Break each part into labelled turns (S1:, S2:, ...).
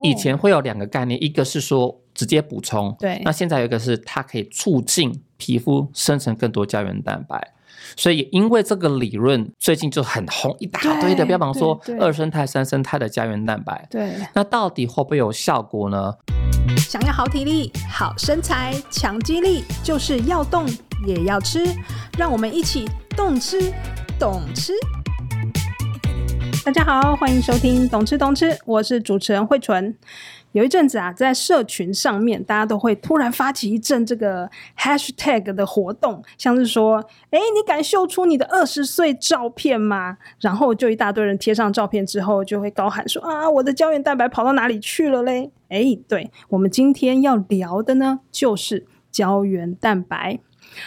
S1: 以前会有两个概念，一个是说直接补充，
S2: 嗯对
S1: 那现在有一个是它可以促进皮肤生成更多胶原蛋白。所以也因为这个理论，最近就很红一大堆的
S2: 对
S1: 标榜说
S2: 对对
S1: 二生态、三生态的胶原蛋白。
S2: 对，
S1: 那到底会不会有效果呢？
S2: 想要好体力、好身材、强肌力，就是要动也要吃。让我们一起动吃、懂吃。大家好，欢迎收听《懂吃懂吃》，我是主持人慧纯。有一阵子啊，在社群上面，大家都会突然发起一阵这个 hashtag 的活动，像是说，哎，你敢秀出你的二十岁照片吗？然后就一大堆人贴上照片之后，就会高喊说啊，我的胶原蛋白跑到哪里去了嘞？哎，对我们今天要聊的呢，就是胶原蛋白。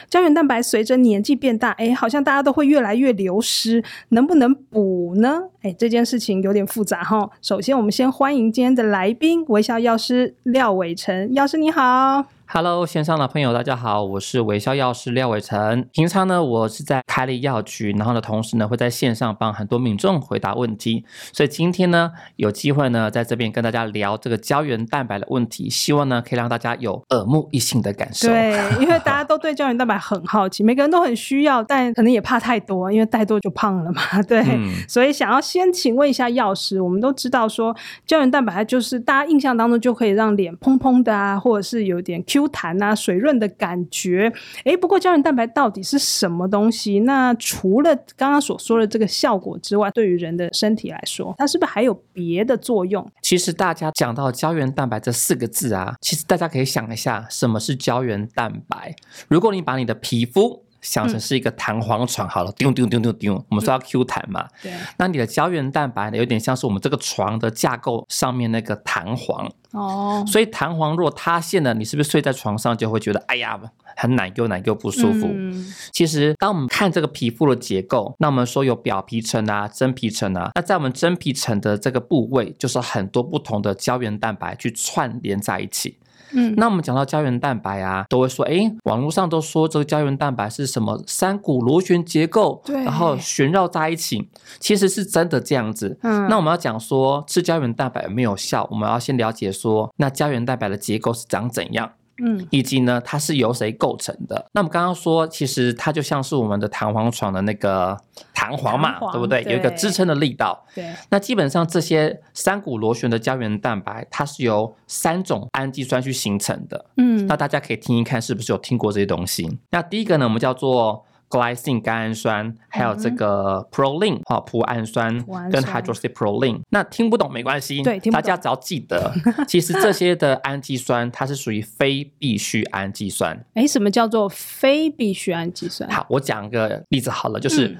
S2: 胶原蛋白随着年纪变大，哎，好像大家都会越来越流失，能不能补呢？哎，这件事情有点复杂哈。首先，我们先欢迎今天的来宾——微笑药师廖伟成药师，你好。
S1: Hello，线上的朋友，大家好，我是微笑药师廖伟成。平常呢，我是在开立药局，然后呢，同时呢，会在线上帮很多民众回答问题。所以今天呢，有机会呢，在这边跟大家聊这个胶原蛋白的问题，希望呢，可以让大家有耳目一新的感受。
S2: 对，因为大家都对胶原蛋白很好奇，每个人都很需要，但可能也怕太多，因为太多就胖了嘛。 对，
S1: 嗯，
S2: 所以想要先请问一下药师，我们都知道说胶原蛋白它就是大家印象当中就可以让脸蓬蓬的啊，或者是有点 Q 弹啊、水润的感觉。诶，不过胶原蛋白到底是什么东西？那除了刚刚所说的这个效果之外，对于人的身体来说，它是不是还有别的作用？
S1: 其实大家讲到胶原蛋白这四个字啊，其实大家可以想一下，什么是胶原蛋白？如果你把你的皮肤想成是一个弹簧床，好了，丢丢丢丢丢，我们说要 Q 弹嘛，
S2: 对，
S1: 那你的胶原蛋白呢，有点像是我们这个床的架构上面那个弹簧，
S2: 哦，
S1: 所以弹簧若塌陷了，你是不是睡在床上就会觉得哎呀很难又难又不舒服？
S2: 嗯
S1: 其实当我们看这个皮肤的结构，那我们说有表皮层啊、真皮层啊，那在我们真皮层的这个部位，就是很多不同的胶原蛋白去串联在一起。
S2: 嗯，
S1: 那我们讲到胶原蛋白啊，都会说，诶，网络上都说这个胶原蛋白是什么三股螺旋结构，
S2: 对
S1: 然后旋绕在一起，其实是真的这样子。
S2: 嗯
S1: 那我们要讲说吃胶原蛋白有没有效，我们要先了解说，那胶原蛋白的结构是长怎样，
S2: 嗯
S1: 以及呢它是由谁构成的。那我们刚刚说，其实它就像是我们的弹簧床的那个弹簧嘛，
S2: 弹簧
S1: 对不对？有一个
S2: 对
S1: 支撑的力道。
S2: 对，
S1: 那基本上这些三股螺旋的胶原蛋白，它是由三种氨基酸去形成的。
S2: 嗯
S1: 那大家可以听一看，是不是有听过这些东西？那第一个呢，我们叫做 glycine 甘氨酸，还有这个 proline 啊、葡氨酸
S2: 嗯葡氨酸
S1: 跟 hydroxyproline。那听不懂没关系，
S2: 对听不懂
S1: 大家只要记 得，其实这些的氨基酸它是属于非必需氨基酸。
S2: 诶，什么叫做非必需氨基 酸？
S1: 好，我讲个例子好了，就是。
S2: 嗯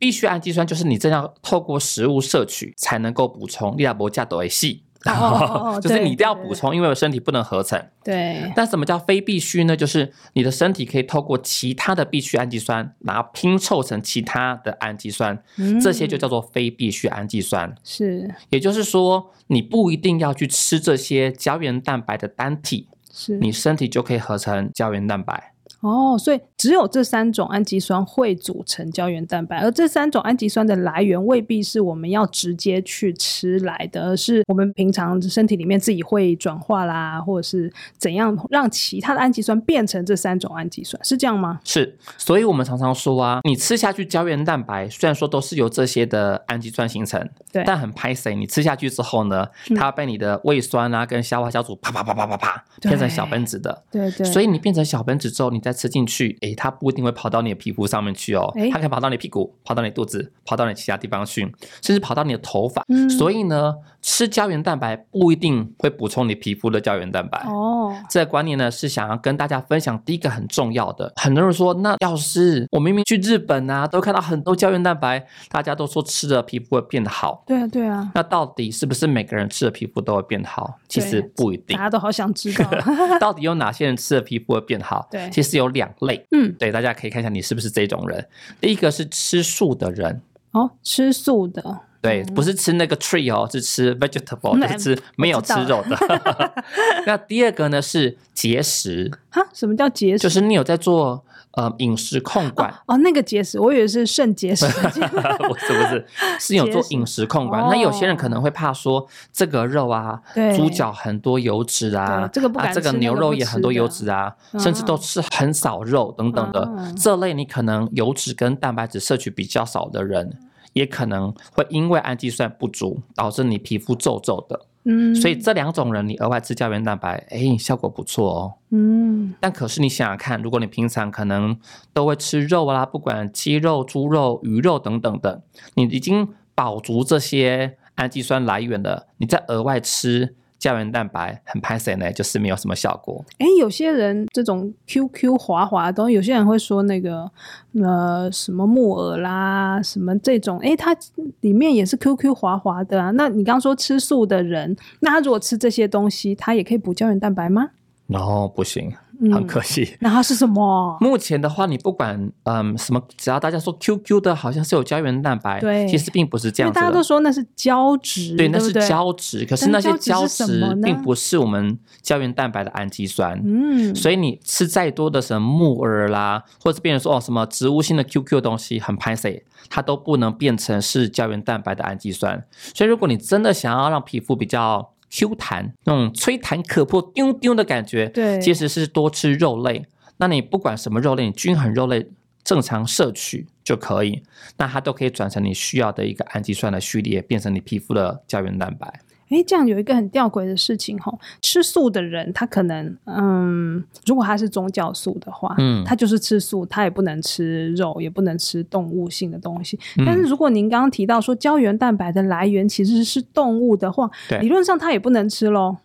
S1: 必需氨基酸就是你真要透过食物摄取才能够补充，利亚伯加多维系，
S2: 哦哦哦 哦
S1: 就是你一定要
S2: 对对对
S1: 补充，因为我身体不能合成。
S2: 对，
S1: 但什么叫非必需呢？就是你的身体可以透过其他的必需氨基酸，然后拼凑成其他的氨基酸，这些就
S2: 嗯
S1: 叫做非必需氨基酸。
S2: 是
S1: 也就是说，你不一定要去吃这些胶原蛋白的单体，
S2: 是
S1: 你身体就可以合成胶原蛋白。
S2: 哦，所以只有这三种氨基酸会组成胶原蛋白，而这三种氨基酸的来源未必是我们要直接去吃来的，而是我们平常身体里面自己会转化啦，或者是怎样让其他的氨基酸变成这三种氨基酸，是这样吗？
S1: 是，所以我们常常说啊，你吃下去胶原蛋白，虽然说都是由这些的氨基酸形成，
S2: 对嗯
S1: 但很拍谁，你吃下去之后呢，它会被你的胃酸啊跟消化小组啪啪啪啪啪啪变成小分子的。
S2: 对对，
S1: 所
S2: 以
S1: 以你变成小分子之后，你再吃进去，诶，它不一定会跑到你的皮肤上面去哦
S2: 诶，
S1: 它可以跑到你屁股、跑到你肚子、跑到你其他地方去，甚至跑到你的头发。
S2: 嗯
S1: 所以呢，吃胶原蛋白不一定会补充你皮肤的胶原蛋白。
S2: 哦，
S1: 这个观念呢，是想要跟大家分享第一个很重要的。很多人说，那要是我明明去日本啊，都看到很多胶原蛋白，大家都说吃了皮肤会变好，
S2: 对啊对啊，
S1: 那到底是不是每个人吃了皮肤都会变好？其实不一定
S2: 大。家都好想知道，啊
S1: 到底有哪些人吃了皮肤会变好？
S2: 对
S1: 其实有两类。
S2: 嗯，
S1: 对，大家可以看一下你是不是这种人。第一个是吃素的人，
S2: 哦，吃素的，
S1: 对，不是吃那个 tree 哦，是吃 vegetable，
S2: 嗯
S1: 就是吃没有
S2: 我知
S1: 吃
S2: 道
S1: 肉 的。那第二个呢是节食，
S2: 哈，什么叫节食？
S1: 就是你有在做呃饮食控管。
S2: 哦，那个节食，我以为是肾结石。
S1: 不是不 是，是有做
S2: 节食
S1: 饮食控管。
S2: 哦
S1: 那有些人可能会怕说，这个肉啊，
S2: 对
S1: 猪脚很多油脂啊
S2: 对，这个不
S1: 啊，
S2: 敢
S1: 这个
S2: 吃那
S1: 牛
S2: 个
S1: 肉
S2: 不
S1: 也
S2: 吃
S1: 很多油
S2: 的嗯
S1: 脂啊，甚至都吃很少肉等等的、
S2: 哦
S1: 这类，你可能油脂跟蛋白质摄取比较少的人。也可能会因为氨基酸不足，导致你皮肤皱皱的。
S2: 嗯，
S1: 所以这两种人，你额外吃胶原蛋白，哎，效果不错哦。
S2: 嗯，
S1: 但可是你想想看，如果你平常可能都会吃肉啦，不管鸡肉、猪肉、鱼肉等等的，你已经饱足这些氨基酸来源了，你再额外吃胶原蛋白，很拍谁呢？就是没有什么效果。
S2: 哎，有些人这种 QQ 滑滑的东西，有些人会说那个呃什么木耳啦，什么这种，哎，它里面也是 QQ 滑滑的啊。那你刚说吃素的人，那他如果吃这些东西，他也可以补胶原蛋白吗？
S1: 然后哦不行，
S2: 嗯，
S1: 很可惜。
S2: 那它是什么？
S1: 目前的话，你不管嗯什么，只要大家说 QQ 的，好像是有胶原蛋白，
S2: 对
S1: 其实并不是这
S2: 因
S1: 样子
S2: 为
S1: 的。
S2: 大家都说那是胶质，
S1: 对，
S2: 对，
S1: 那是
S2: 不对，
S1: 胶质，可是
S2: 但
S1: 那些
S2: 胶
S1: 胶
S2: 质是什
S1: 质
S2: 么呢
S1: 并不是我们胶原蛋白的氨基酸。
S2: 嗯，
S1: 所以你吃再多的什么木耳啦，或者是别人说哦什么植物性的 QQ 的东西很 p a 它都不能变成是胶原蛋白的氨基酸。所以如果你真的想要让皮肤比较 Q 弹，那种吹弹可破、丢丢的感觉，
S2: 对
S1: 其实是多吃肉类。那你不管什么肉类，你均衡肉类正常摄取就可以，那它都可以转成你需要的一个氨基酸的序列，变成你皮肤的胶原蛋白。
S2: 哎，这样有一个很吊诡的事情吼，吃素的人他可能，嗯，如果他是宗教素的话，
S1: 嗯
S2: 他就是吃素，他也不能吃肉，也不能吃动物性的东西。
S1: 嗯
S2: 但是如果您刚刚提到说胶原蛋白的来源其实是动物的话，
S1: 对
S2: 理论上他也不能吃喽。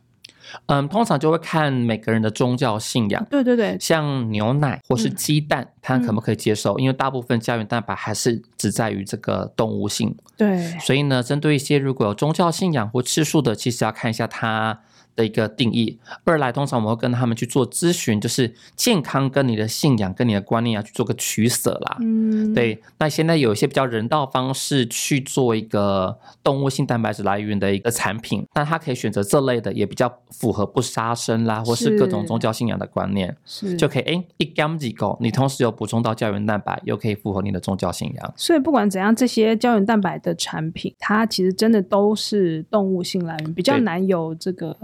S1: 嗯，通常就会看每个人的宗教信仰。
S2: 对对对，
S1: 像牛奶或是
S2: 嗯
S1: 鸡蛋，它可
S2: 嗯
S1: 不可以接受？因为大部分胶原蛋白还是只在于这个动物性，
S2: 对，
S1: 所以呢，针对一些如果有宗教信仰或吃素的，其实要看一下它的一个定义。二来，通常我们会跟他们去做咨询，就是健康跟你的信仰跟你的观念要去做个取舍啦。
S2: 嗯，，
S1: 对，那现在有一些比较人道方式去做一个动物性蛋白质来源的一个产品，那它可以选择这类的，也比较符合不杀生啦，或是各种
S2: 是
S1: 宗教信仰的观念。
S2: 是
S1: 就可以哎一 gam 几够，你同时有补充到胶原蛋白，又可以符合你的宗教信仰。
S2: 所以不管怎样，这些胶原蛋白的产品，它其实真的都是动物性来源，比较
S1: 对
S2: 难有这个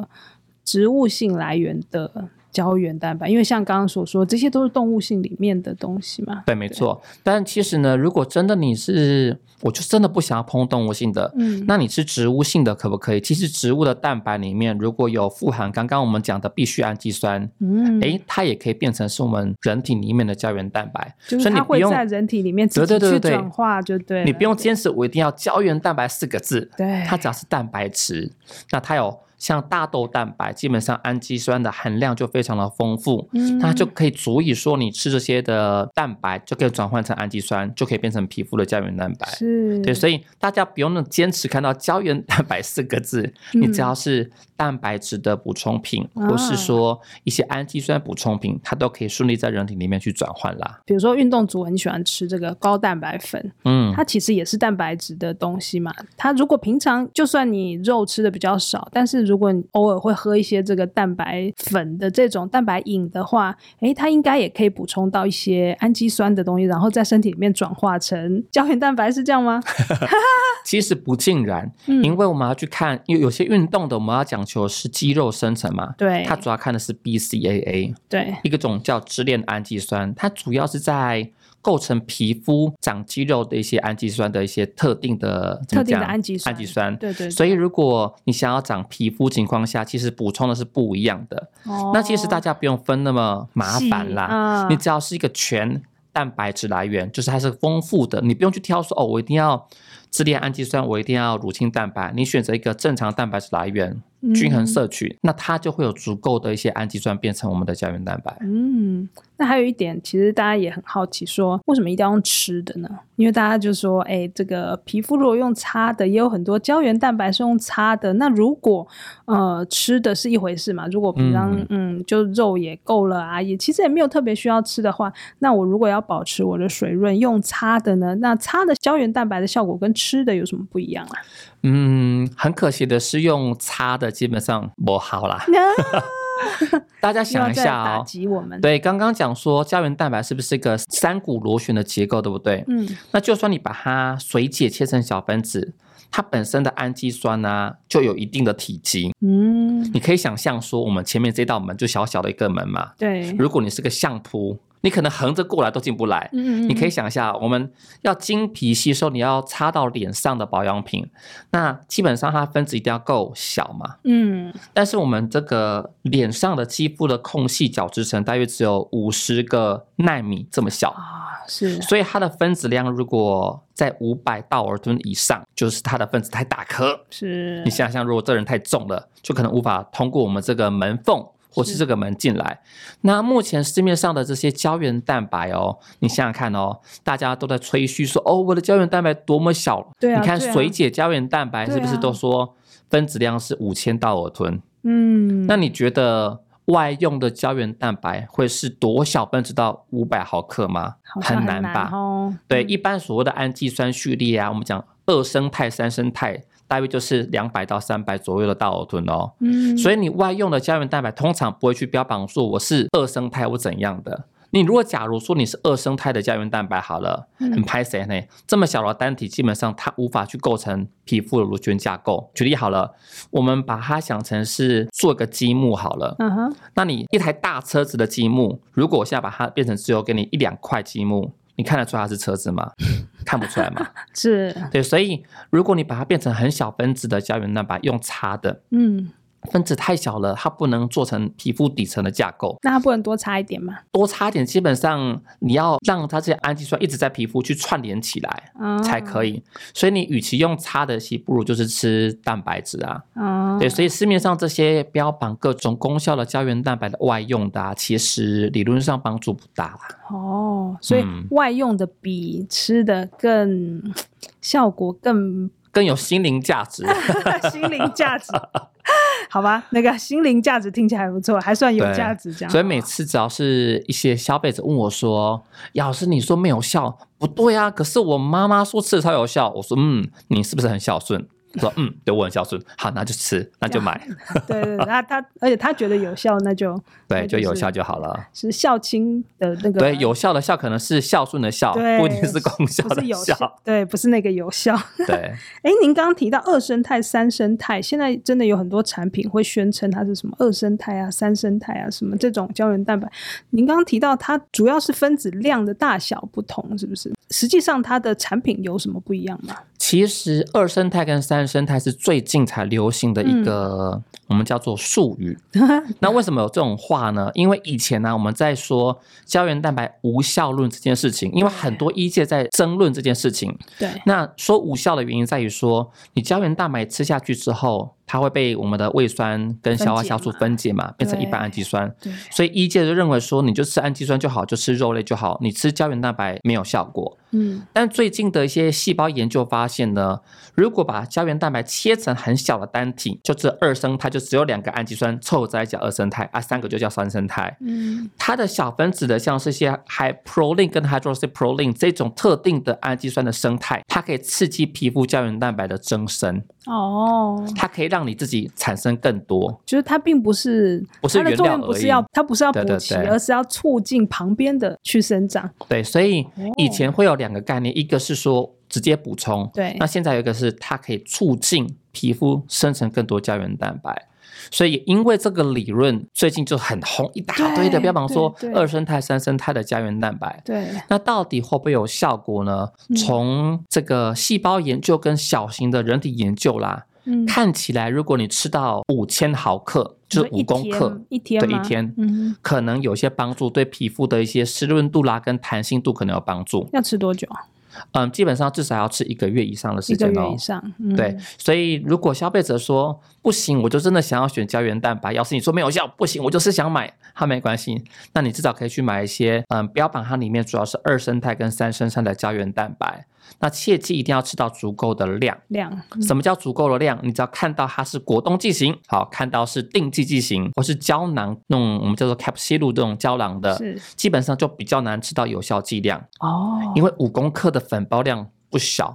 S2: 植物性来源的胶原蛋白，因为像刚刚所说，这些都是动物性里面的东西嘛。
S1: 对，没错。但其实呢，如果真的你是，我就真的不想要碰动物性的，
S2: 嗯，
S1: 那你吃植物性的可不可以？其实植物的蛋白里面如果有富含刚刚我们讲的必需氨基酸，
S2: 嗯，
S1: 哎、它也可以变成是我们人体里面的胶原蛋白，
S2: 就是
S1: 所以
S2: 它
S1: 你不
S2: 会
S1: 用
S2: 在人体里面自己
S1: 对对
S2: 去
S1: 对对
S2: 转化，就对了
S1: 你不用坚持我一定要胶原蛋白四个字，
S2: 对
S1: 它只要是蛋白质，那它有像大豆蛋白，基本上氨基酸的含量就非常的丰富，
S2: 嗯
S1: 它就可以足以说你吃这些的蛋白就可以转换成氨基酸，就可以变成皮肤的胶原蛋白。
S2: 是，
S1: 对，所以大家不用那么坚持看到胶原蛋白四个字，
S2: 嗯
S1: 你只要是蛋白质的补充品，
S2: 啊
S1: 或是说一些氨基酸补充品，它都可以顺利在人体里面去转换啦。
S2: 比如说运动族很喜欢吃这个高蛋白粉，
S1: 嗯，
S2: 它其实也是蛋白质的东西嘛。它如果平常就算你肉吃的比较少，但是如果你偶尔会喝一些这个蛋白粉的这种蛋白饮的话，诶，它应该也可以补充到一些氨基酸的东西，然后在身体里面转化成胶原蛋白，是这 样吗？
S1: 其实不尽然，
S2: 嗯
S1: 因为我们要去看，有有些运动的我们要讲求是肌肉生成嘛，
S2: 对
S1: 它主要看的是 BCAA，
S2: 对，
S1: 一个种叫支链氨基酸，它主要是在构成皮肤长肌肉的一些氨基酸的一些特定的怎么
S2: 特定的
S1: 讲
S2: 氨基酸
S1: 氨基酸。
S2: 对对
S1: 所以，如果你想要长皮肤情况下，其实补充的是不一样的。
S2: 哦
S1: 那其实大
S2: 家
S1: 家不用分那么麻烦啦，
S2: 嗯
S1: 你只要是一个全蛋白质来源，就是它是丰富的，你不用去挑说哦，我一定要支链氨基酸，我一定要乳清蛋白，你选择一个正常蛋白质来源，
S2: 嗯
S1: 均衡摄取，那它就会有足够的一些氨基酸变成我们的胶原蛋白。
S2: 嗯，那还有一点，其实大家也很好奇说，为什么一定要用吃的呢？因为大家就说，哎，这个皮肤如果用擦的，也有很多胶原蛋白是用擦的。那如果呃吃的是一回事嘛，如果平常嗯
S1: 嗯
S2: 就肉也够了啊，也其实也没有特别需要吃的话，那我如果要保持我的水润，用擦的呢，那擦的胶原蛋白的效果跟吃的有什么不一样 啊？
S1: 嗯，很可惜的是，用擦的基本上不好啦。
S2: 啊
S1: 大家
S2: 又
S1: 想
S2: 要
S1: 一
S2: 再
S1: 下
S2: 打
S1: 哦，
S2: 击我们。，
S1: 对，刚刚讲说胶原蛋白是不是个三股螺旋的结构，对不对？
S2: 嗯，
S1: 那就算你把它水解切成小分子，它本身的氨基酸呢、啊就有一定的体积。
S2: 嗯，
S1: 你可以想象说，我们前面这道门就小小的一个门嘛，
S2: 对，
S1: 如果你是个相扑，你可能横着过来都进不来。
S2: 嗯
S1: 你可以想一下，我们要经皮吸收，你要擦到脸上的保养品，那基本上它分子一定要够小嘛。
S2: 嗯，
S1: 但是我们这个脸上的肌肤的空隙角质层大约只有五十个纳米这么小，
S2: 啊，是，
S1: 所以它的分子量如果在五百道尔顿以上，就是它的分子太大颗。
S2: 是，
S1: 你想想，如果这人太重了，就可能无法通过我们这个门缝或是
S2: 是
S1: 这个门进来。那目前市面上的这些胶原蛋白哦，你想想看哦，大家都在吹嘘说哦，我的胶原蛋白多么小。
S2: 对啊
S1: 你看
S2: 对啊
S1: 水解胶原蛋白是不是
S2: 对啊
S1: 都说分子量是五千道尔顿？
S2: 嗯，
S1: 那你觉得外用的胶原蛋白会是多小分子到五百毫克吗？
S2: 好像
S1: 难
S2: 难
S1: 吧？
S2: 哦，
S1: 对，
S2: 嗯
S1: 一般所谓的氨基酸序列啊，我们讲二生态、三生态，大约就是两百到三百左右的道尔顿哦。
S2: 嗯，
S1: 所
S2: 以
S1: 以你外用的胶原蛋白通常不会去标榜说我是二生态或怎样的。你如果假如说你是二生态的胶原蛋白好了，
S2: 嗯
S1: 很拍谁呢？这么小的单体，基本上它无法去构成皮肤的螺旋架构。举例好了，我们把它想成是做个积木好了。
S2: 嗯哼，
S1: 那你一台大车子的积木，如果我现在把它变成只有给你一两块积木，你看得出它是车子吗？ 看不出来嘛。
S2: 是，
S1: 对，所以如果你把它变成很小分子的胶原蛋白，用擦的
S2: 嗯，
S1: 分子太小了，它不能做成皮肤底层的架构。
S2: 那它不能多擦一点嘛？
S1: 多擦一点，基本上你要让它这些氨基酸一直在皮肤去串联起来。
S2: 啊，
S1: 才可以，所以你与其用擦的，其实不如就是吃蛋白质啊。
S2: 啊，
S1: 对，所以市面上这些标榜各种功效的胶原蛋白的外用的、啊，其实理论上帮助不大啦。
S2: 哦，所以
S1: 嗯
S2: 外用的比吃的更效果 更
S1: 更有心灵价 值。
S2: 心灵价值， 好吧？那个心灵价值听起来还不错，还算有
S1: 对
S2: 价值，这样。哦
S1: 所以每次只要是一些消费者问我说：“老师，你说没有效，不对啊，可是我妈妈说吃的超有效。”我说：“嗯，你是不是很孝顺？”他说：“嗯，对我很孝顺。”好，那就吃，那就 买，
S2: 对对，对他他，而且他觉得有效，那就
S1: 对，
S2: 那
S1: 就是有效就好了。
S2: 是孝亲的那个，
S1: 对，有效的效可能是孝顺的孝，
S2: 对
S1: 不一定是功效
S2: 不
S1: 的
S2: 是有
S1: 效。，
S2: 对，不是那个有效。
S1: 对，
S2: 哎，您刚刚提到二生态、三生态，现在真的有很多产品会宣称它是什么二生态啊、三生态啊，什么这种胶原蛋白。您刚刚提到它主要是分子量的大小不同，是不是？实际上它的产品有什么不一样吗？
S1: 其实二生态跟三生态是最近才流行的一个，我们叫做术 语。那为什么有这种话呢？因为以前呢、我们在说胶原蛋白无效论这件事情，因为很多医界在争论这件事情。
S2: 对，
S1: 那说无效的原因在于说，你胶原蛋白吃下去之后，它会被我们的胃酸跟消化酵素分解嘛，变成一般氨基酸。
S2: 对，
S1: 所以医界就认为说，你就吃氨基酸就好，就吃肉类就好，你吃胶原蛋白没有效果。
S2: 嗯
S1: 但最近的一些细胞研究发现呢，如果把胶原蛋白切成很小的单体，就这二生态，就只有两个氨基酸凑在一起叫二生态啊，三个就叫三生态。
S2: 嗯
S1: 它的小分子的像是一些 hyprolin 跟 hydroxyprolin 这种特定的氨基酸的生态，它可以刺激皮肤胶原蛋白的增生，
S2: 哦，
S1: 它可以让你自己产生更多。
S2: 就是它并不是
S1: 不是
S2: 它的
S1: 原
S2: 作
S1: 料
S2: 用不
S1: 而
S2: 是
S1: 已
S2: 要它不是要补
S1: 对对
S2: 齐，
S1: 对
S2: 而是要促进旁边的去生长。
S1: 对，所以
S2: 哦
S1: 以前会有两个概念，一个是说直接补充，
S2: 对
S1: 那现在有一个是它可以促进皮肤生成更多胶原蛋白，所以也因为这个理论，最近就很红，一大堆的
S2: 对
S1: 标榜说
S2: 对对
S1: 二生态、三生态的胶原蛋白。
S2: 对，
S1: 那到底会不会有效果呢
S2: 嗯？
S1: 从这个细胞研究跟小型的人体研究啦，
S2: 嗯，
S1: 看起来如果你吃到五千毫克，就是
S2: 你说
S1: 五
S2: 一
S1: 公
S2: 天
S1: 克，
S2: 一天
S1: 对一
S2: 吗
S1: 天
S2: 嗯哼，
S1: 可能有些帮助，对皮肤的一些湿润度啦跟弹性度可能有帮助。
S2: 要吃多久啊？
S1: 嗯，基本上至少要吃一个月以上的时
S2: 一个
S1: 间
S2: 月
S1: 哦
S2: 以。上。嗯、
S1: 对，所以如果消费者说不行，我就真的想要选胶原蛋白，要是你说没有效，不行，我就是想买，它没关系，那你至少可以去买一些，嗯，标榜它里面主要是二生态跟三生态的胶原蛋白，那切记一定要吃到足够的量。
S2: 量，嗯
S1: 什么叫足够的量？你只要看到它是果冻剂型，好，看到是定剂剂型，或是胶囊那种我们叫做 capsule 这种胶囊的，
S2: 是
S1: 基本上就比较难吃到有效剂量，
S2: 哦，
S1: 因为五公克的粉包量不小，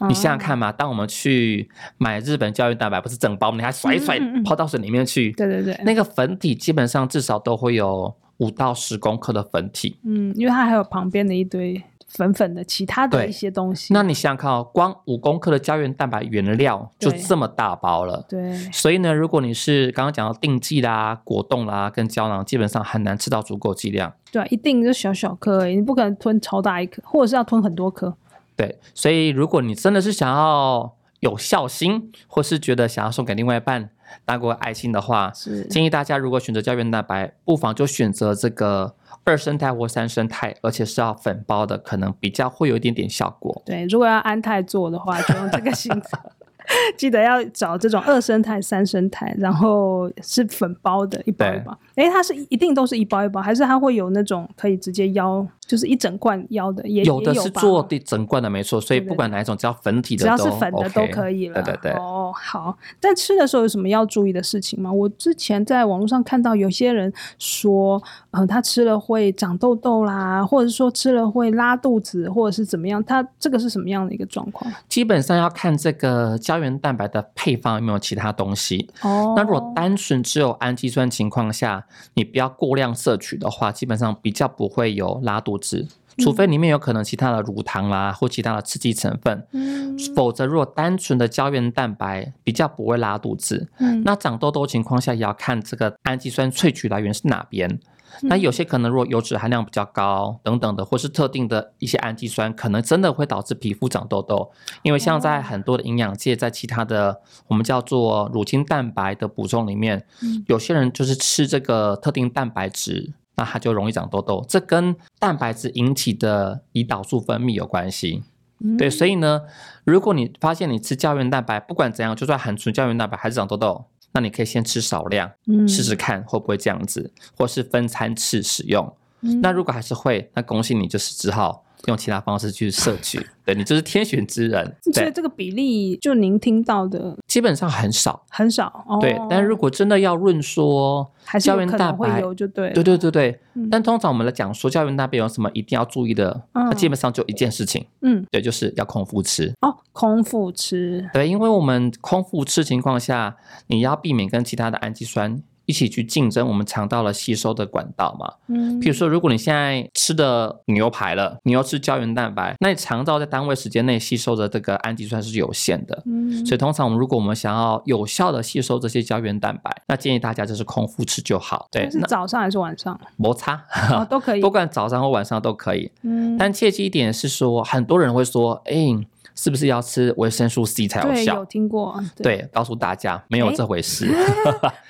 S2: 嗯
S1: 你想想看
S2: 哦
S1: 嘛，当我们去买日本胶原蛋白，不是整包，你还甩一甩
S2: 嗯嗯嗯嗯
S1: 泡到水里面去，
S2: 对对对，
S1: 那个粉体基本上至少都会有五到十公克的粉体。
S2: 嗯，因为它还有旁边的一堆粉粉的其他的
S1: 对
S2: 一些东西。
S1: 那你想想看哦，光五公克的胶原蛋白原料就
S2: 对
S1: 这么大包了。
S2: 对，
S1: 所以呢，如果你是刚刚讲到定剂啦、果冻啦跟胶囊，基本上很难吃到足够剂量。
S2: 对啊，一定就小小颗而已，你不可能吞超大一颗，或者是要吞很多颗。
S1: 对，所以如果你真的是想要有孝心，或是觉得想要送给另外一半当个爱心的话，
S2: 是
S1: 建议大家如果选择胶原蛋白，不妨就选择这个二生态或三生态，而且是要粉包的，可能比较会有一点点效果。
S2: 对，如果要安泰做的话，就用这个心法。 记得要找这种二生态、三生态，然后是粉包的，一包一
S1: 对
S2: 包。诶，它是一定都是一包一包，还是它会有那种可以直接腰，就是一整罐腰的？也
S1: 有
S2: 也
S1: 的是
S2: 吧
S1: 做的整罐的，没错，所以
S2: 对对
S1: 不管哪一种，只要粉体的
S2: 只
S1: 都
S2: 要
S1: OK，
S2: 是粉的都可以了。
S1: 对对对，
S2: 哦，好。但吃的时候有什么要注意的事情吗？我之前在网络上看到有些人说，嗯、他吃了会长痘痘啦，或者说吃了会拉肚子，或者是怎么样？他这个是什么样的一个状况？
S1: 基本上要看这个胶原蛋白的配方有没有其他东西。
S2: 哦，
S1: 那如果单纯只有氨基酸情况下，你不要过量摄取的话，基本上比较不会有拉肚子，除
S2: 嗯
S1: 非里面有可能其他的乳糖啦或其他的刺激成分。
S2: 嗯
S1: 否则，如果单纯的胶原蛋白比较不会拉肚子，
S2: 嗯
S1: 那长痘痘情况下也要看这个氨基酸萃取来源是哪边。那有些可能如果油脂含量比较高等等的，或是特定的一些氨基酸，可能真的会导致皮肤长痘痘。因为像在很多的营养界，在其他的我们叫做乳清蛋白的补充里面
S2: 嗯，
S1: 有些人就是吃这个特定蛋白质。那它就容易长痘痘，这跟蛋白质引起的胰岛素分泌有关系。
S2: 嗯
S1: 对，所以呢，如果你发现你吃胶原蛋白，不管怎样，就算含纯胶原蛋白还是长痘痘，那你可以先吃少量，
S2: 嗯
S1: 试试看会不会这样子，或是分餐次使用。
S2: 嗯
S1: 那如果还是会，那恭喜你，就是只好用其他方式去摄 取。对你就是天选之人，
S2: 所以
S1: 对，
S2: 这个比例就您听到的
S1: 基本上很少。
S2: 很少。哦、
S1: 对，但如果真的要论说，
S2: 还是
S1: 胶
S2: 有
S1: 原
S2: 可
S1: 蛋
S2: 能会
S1: 白，
S2: 有，就对了。
S1: 对对对对
S2: 嗯。
S1: 但通常我们来讲说胶原蛋白有什么一定要注意的，
S2: 嗯
S1: 它基本上就一件事情，
S2: 嗯，
S1: 对，就是要空腹吃。
S2: 哦，空腹吃，
S1: 对，因为我们空腹吃情况下，你要避免跟其他的氨基酸一起去竞争我们肠道的吸收的管道嘛。
S2: 嗯，
S1: 譬如说，如果你现在吃的牛排了，你又吃胶原蛋白，那你肠道在单位时间内吸收的这个氨基酸是有限的。
S2: 嗯，
S1: 所以通常我们如果我们想要有效的吸收这些胶原蛋白，那建议大家就是空腹吃就好。对
S2: 那，是
S1: 那
S2: 早上还是 晚上？
S1: 摩擦，
S2: 哦，都可以。
S1: 不管早上或晚上都可以。
S2: 嗯，
S1: 但切记一点是说，很多人会说，哎、是不是要吃维生素 C 才有
S2: 对，
S1: 效
S2: 有？听过，对，
S1: 对，告诉大家没有这回事。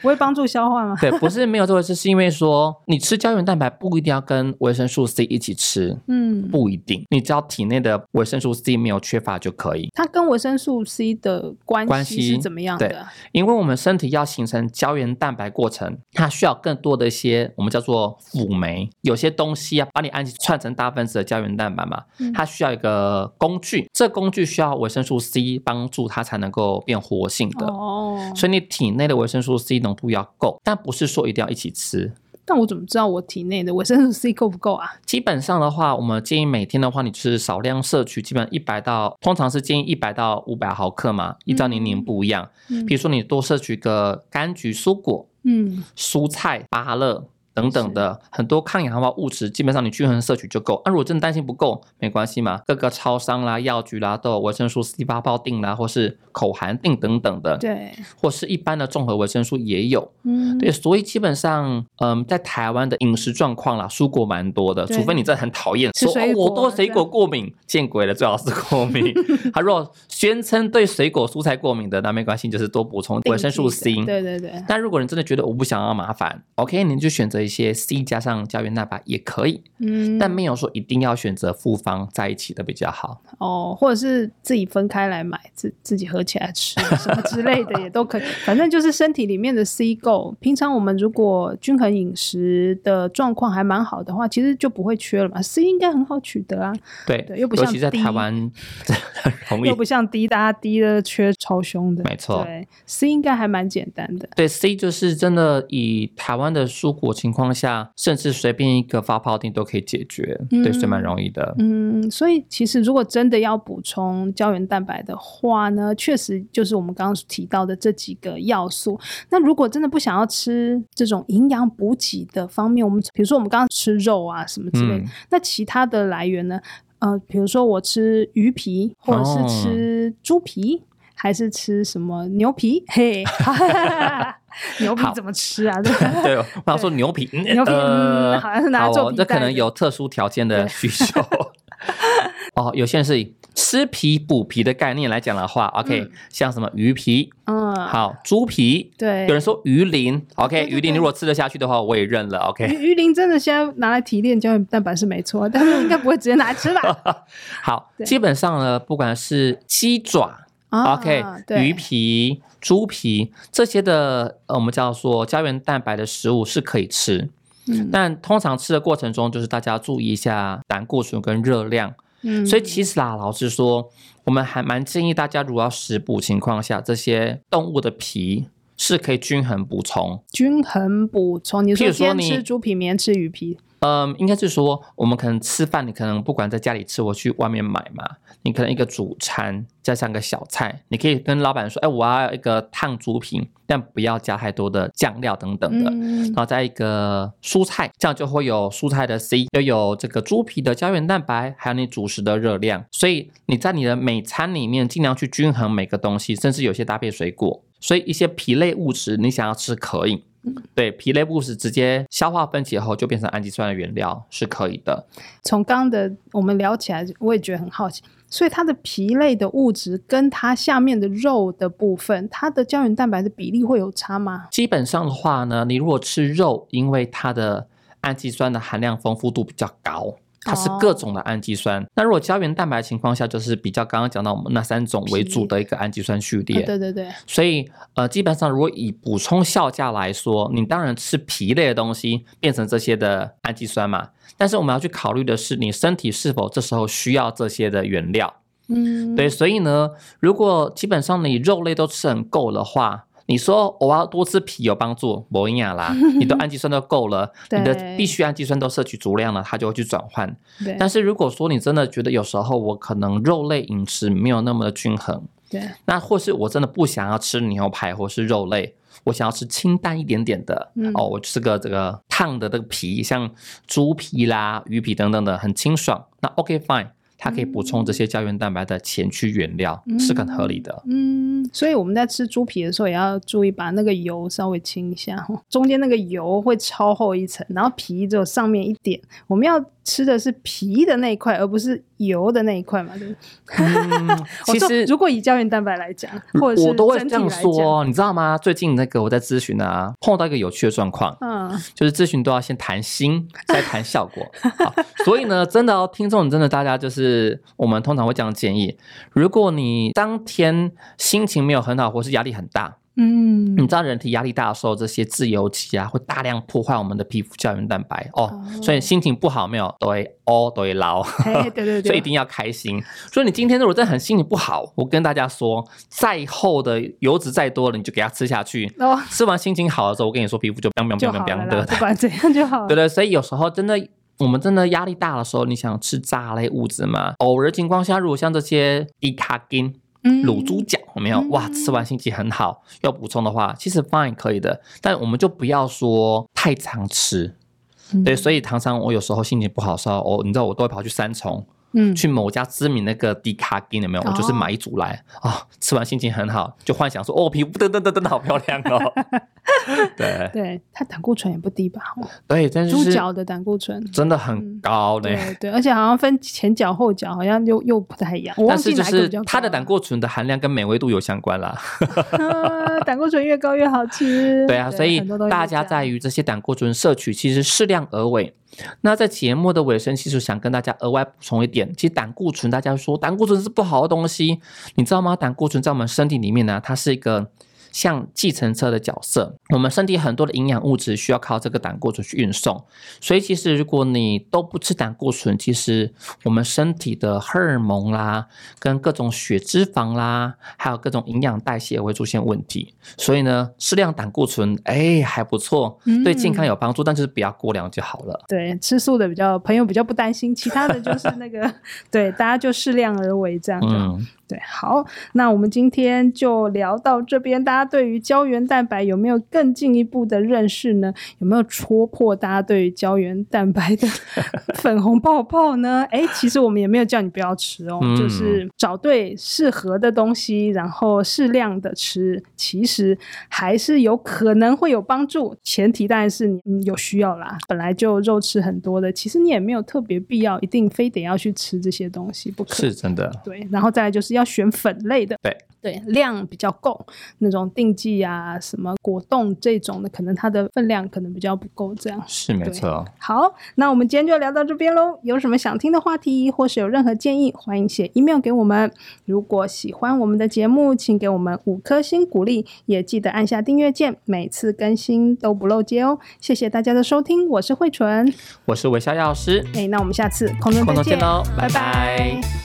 S2: 不会帮助消化吗？
S1: 对，不是没有这回事，是因为说你吃胶原蛋白不一定要跟维生素 C 一起吃，
S2: 嗯，
S1: 不一定，你只要体内的维生素 C 没有缺乏就可以。
S2: 它跟维生素 C 的关
S1: 关
S2: 系
S1: 系
S2: 是怎么样的？
S1: 因为我们身体要形成胶原蛋白过程，它需要更多的一些我们叫做辅酶，有些东西啊，把你氨基串成大分子的胶原蛋白嘛
S2: 嗯，
S1: 它需要一个工具，这工具需要维生素 C 帮助它才能够变活性的。
S2: 哦，
S1: 所以你体内的维生素 C 浓度要够，但不是说一定要一起吃。
S2: 但我怎么知道我体内的维生素 C 够不够啊？
S1: 基本上的话，我们建议每天的话，你就是少量摄取，基本一百到，通常是建议一百到五百毫克嘛，依照年龄不一样。
S2: 嗯
S1: 比如说你多摄取个柑橘、蔬果、
S2: 嗯
S1: 蔬菜、芭乐等等的很多抗氧化物质，基本上你均衡摄取就够。那、啊如果真的担心不够，没关系嘛，各个超商啦、药局啦都有维生素 C 八泡定啦，或是口含定等等的，
S2: 对，
S1: 或是一般的综合维生素也有。
S2: 嗯
S1: 对，所以基本上，嗯，在台湾的饮食状况啦，蔬果蛮多的，
S2: 对
S1: 除非你真的很讨厌，
S2: 吃
S1: 说
S2: 水
S1: 哦，我
S2: 果
S1: 对水
S2: 这
S1: 果
S2: 样
S1: 过敏，见鬼了，最好是过 敏。他若宣称对水果、蔬菜过敏的，那没关系，就是多补充维生素 C
S2: 定。期的对对对，
S1: 但如果你真的觉得我不想要麻烦，OK，你就选择一些 C 加上胶原蛋白也可以，
S2: 嗯，
S1: 但没有说一定要选择复方在一起的比较好。
S2: 哦，或者是自己分开来买，自自己合起来吃啊什么之类的也都可以，反正就是身体里面的 C 够。平常我们如果均衡饮食的状况还蛮好的话，其实就不会缺了嘛。C 应该很好取得啊，
S1: 对，
S2: 对又不
S1: 尤
S2: 像
S1: 其在
S2: D
S1: 台湾 很容易
S2: 又不像低，大家低的缺超凶的，
S1: 没错
S2: 对，C 应该还蛮简单的。
S1: 对 C 就是真的以台湾的蔬果情况下，甚至随便一个发泡定都可以解决，对，所以蛮容易的。
S2: 嗯，所以其实如果真的要补充胶原蛋白的话呢，确实就是我们刚刚提到的这几个要素。那如果真的不想要吃这种营养补给的方面，我们比如说我们刚刚吃肉啊什么之类
S1: 嗯
S2: 的，那其他的来源呢？呃，比如说我吃鱼皮，或者
S1: 哦
S2: 是吃猪皮。还是吃什么牛皮？ 嘿， 牛皮
S1: 好
S2: 怎么吃 啊？
S1: 对，哦我想说牛皮，嗯
S2: 牛皮
S1: 呃
S2: 嗯好像是拿来
S1: 好
S2: 做
S1: 哦
S2: 皮
S1: 这可
S2: 带
S1: 能
S2: 的
S1: 有特殊条件的
S2: 对
S1: 需求。 哦，有些人是以吃皮补皮的概念来讲的话，OK，、
S2: 嗯
S1: 像什么鱼皮，
S2: 嗯，，
S1: 好，猪皮，
S2: 对
S1: 有，人说鱼鳞
S2: 对
S1: ，OK，
S2: 对对
S1: 鱼鳞如果吃得下去的话，我也认了，OK。
S2: 鱼鱼鳞真的现在拿来提炼胶原蛋白是没错，但是应该不会直接拿来吃吧
S1: 好，
S2: 对
S1: 基本上呢，不管是鸡爪、
S2: 啊
S1: OK，
S2: 对
S1: 鱼皮、猪皮这些的，呃，我们叫做胶原蛋白的食物是可以吃，
S2: 嗯
S1: 但通常吃的过程中，就是大家注意一下胆固醇跟热量。
S2: 嗯
S1: 所以其实啦，老实说，我们还蛮建议大家，如果要食补情况下，这些动物的皮是可以均衡补充。
S2: 均衡补充，你
S1: 譬
S2: 说
S1: 如说
S2: 先
S1: 你
S2: 吃猪皮，明天吃鱼皮，
S1: 嗯，应该是说，我们可能吃饭，你可能不管在家里吃，我去外面买嘛，你可能一个主餐加上个小菜，你可以跟老板说，哎，我要一个烫猪皮，但不要加太多的酱料等等的。
S2: 嗯
S1: 然后再一个蔬菜，这样就会有蔬菜的 C，又有这个猪皮的胶原蛋白，还有你主食的热量。所以你在你的每餐里面尽量去均衡每个东西，甚至有些搭配水果。所以一些皮类物质你想要吃可以，对皮类物质直接消化分解后就变成氨基酸的原料是可以的。
S2: 从刚刚的我们聊起来，我也觉得很好奇，所以它的皮类的物质跟它下面的肉的部分，它的胶原蛋白的比例会有差吗？啊
S1: 基本上的话呢，你如果吃肉，因为它的氨基酸的含量丰富度比较高，它是
S2: 哦
S1: 各种的氨基酸。那如果胶原蛋白的情况下，就是比较刚刚讲到我们那三种为主的一个氨基酸序列。
S2: 啊对对对，
S1: 所以呃，基本上如果以补充效价来说，你当然吃皮类的东西变成这些的氨基酸嘛，但是我们要去考虑的是你身体是否这时候需要这些的原料。
S2: 嗯，
S1: 对，，所以呢，如果基本上你肉类都吃很够的话，你说我要多吃皮有帮助，没营养啦，你的氨基酸都够 了，你的
S2: 对
S1: 必需氨基酸都摄取足量了，它就会去转换。
S2: 对
S1: 但是如果说你真的觉得有时候我可能肉类饮食没有那么的均衡，
S2: 对，
S1: 那或是我真的不想要吃牛排或是肉类，我想要吃清淡一点点的，
S2: 嗯
S1: 哦，我吃个这个烫的这个皮，像猪皮啦、鱼皮等等的，很清爽。那 OK fine，它可以补充这些胶原蛋白的前驱原料，
S2: 嗯
S1: 是很合理 的。
S2: 嗯，所以我们在吃猪皮的时候，也要注意把那个油稍微清一下，哦中间那个油会超厚一层，然后皮只有上面一点。我们要吃的是皮的那一块，而不是油的那一块嘛，对不对？
S1: 嗯、其
S2: 我说
S1: 实嗯
S2: 如果以胶原蛋白来讲，或者是
S1: 我都会这样
S2: 整体来讲，
S1: 说，你知道吗？最近那个我在咨询啊，碰到一个有趣的状况，
S2: 嗯，
S1: 就是咨询都要先谈心，再谈效果。好，所以呢，真的哦，听众真的大家就是我们通常会这样建议：如果你当天心情没有很好，或是压力很大，
S2: 嗯
S1: 你 知道人体压力大的时候，这些自由基啊会大量破坏我们的皮肤胶原蛋白哦
S2: 哦，
S1: 所以心情不好没有都会哦都会捞。
S2: 嘿，对对对，
S1: 所以一定要开心。所以你今天如果真的很心情不好，我跟大家说，再厚的油脂再多了，你就给它吃下去。
S2: 哦
S1: 吃完心情好的时候，我跟你说，皮肤就 biang biang
S2: 就
S1: biang
S2: 好
S1: biang
S2: 了
S1: biang
S2: 啦，
S1: 的，
S2: 不管怎样就好
S1: 对
S2: 了。
S1: 对，所以有时候真的，我们真的压力大的时候，你想吃炸类物质嘛？偶尔情况下，如果像这些低卡金、
S2: 嗯
S1: 卤猪脚，有没有？哇，
S2: 嗯
S1: 吃完心情很好，要补充的话，其实 fine 可以的，但我们就不要说太常吃。
S2: 嗯
S1: 对，所以常常我有时候心情不好的时候，哦，你知道我都会跑去三重，
S2: 嗯，
S1: 去某家知名那个低卡金有没有？我就是
S2: 哦
S1: 买一组来啊、吃完心情很好，就幻想说哦，皮肤噔噔噔噔的好漂亮 哦。对
S2: 对，它胆固醇也不低吧？哦
S1: 对，但是
S2: 猪
S1: 是
S2: 脚的胆固醇。
S1: 真的很高呢。
S2: 对对，而且好像分前脚后脚，好像又又不太一样。我忘
S1: 但
S2: 记
S1: 是就
S2: 哪一个
S1: 是
S2: 比较啊高
S1: 它的
S2: 了
S1: 胆固醇的含量跟美味度有相关啦，
S2: 啊胆固醇越高越好吃。
S1: 对啊，所以
S2: 很多东西
S1: 大
S2: 是这
S1: 家
S2: 样
S1: 在于这些胆固醇摄取其实适量而为。那在节目的尾声，其实想跟大家额外补充一点，其实胆固醇大家说胆固醇是不好的东西，你知道吗？胆固醇在我们身体里面呢，它是一个像计程车的角色。我们身体很多的营养物质需要靠这个胆固醇去运送，所以其实如果你都不吃胆固醇，其实我们身体的荷尔蒙啦，跟各种血脂肪啦，还有各种营养代谢也会出现问题。所以呢，适量胆固醇，哎，还不错，对健康有帮助，但就是不要过量就好了。
S2: 对，吃素的比较朋友比较不担心，其他的就是那个 对，大家就适量而为这样子。
S1: 嗯，
S2: 对，好，那我们今天就聊到这边。大家对于胶原蛋白有没有更进一步的认识呢？有没有戳破大家对于胶原蛋白的粉红泡泡呢？哎，其实我们也没有叫你不要吃哦，
S1: 嗯
S2: 就是找对适合的东西，然后适量的吃，其实还是有可能会有帮助。前提当然是你、嗯、有需要啦，本来就肉吃很多的，其实你也没有特别必要一定非得要去吃这些东西，不可
S1: 是真的。
S2: 对，然后再来就是要选粉类的，
S1: 对
S2: 对，量比较够，那种定剂啊、什么果冻这种的，可能它的分量可能比较不够，这样。
S1: 是没
S2: 对
S1: 错，
S2: 好，那我们今天就聊到这边喽。有什么想听的话题，或是有任何建议，欢迎写 email 给我们。如果喜欢我们的节目，请给我们五颗星鼓励，也记得按下订阅键，每次更新都不漏接哦。谢谢大家的收听，我是慧纯，
S1: 我是微笑药师，
S2: 哎，那我们下次空中
S1: 空中
S2: 再
S1: 见
S2: 见
S1: 喽，拜
S2: 拜
S1: 拜
S2: 拜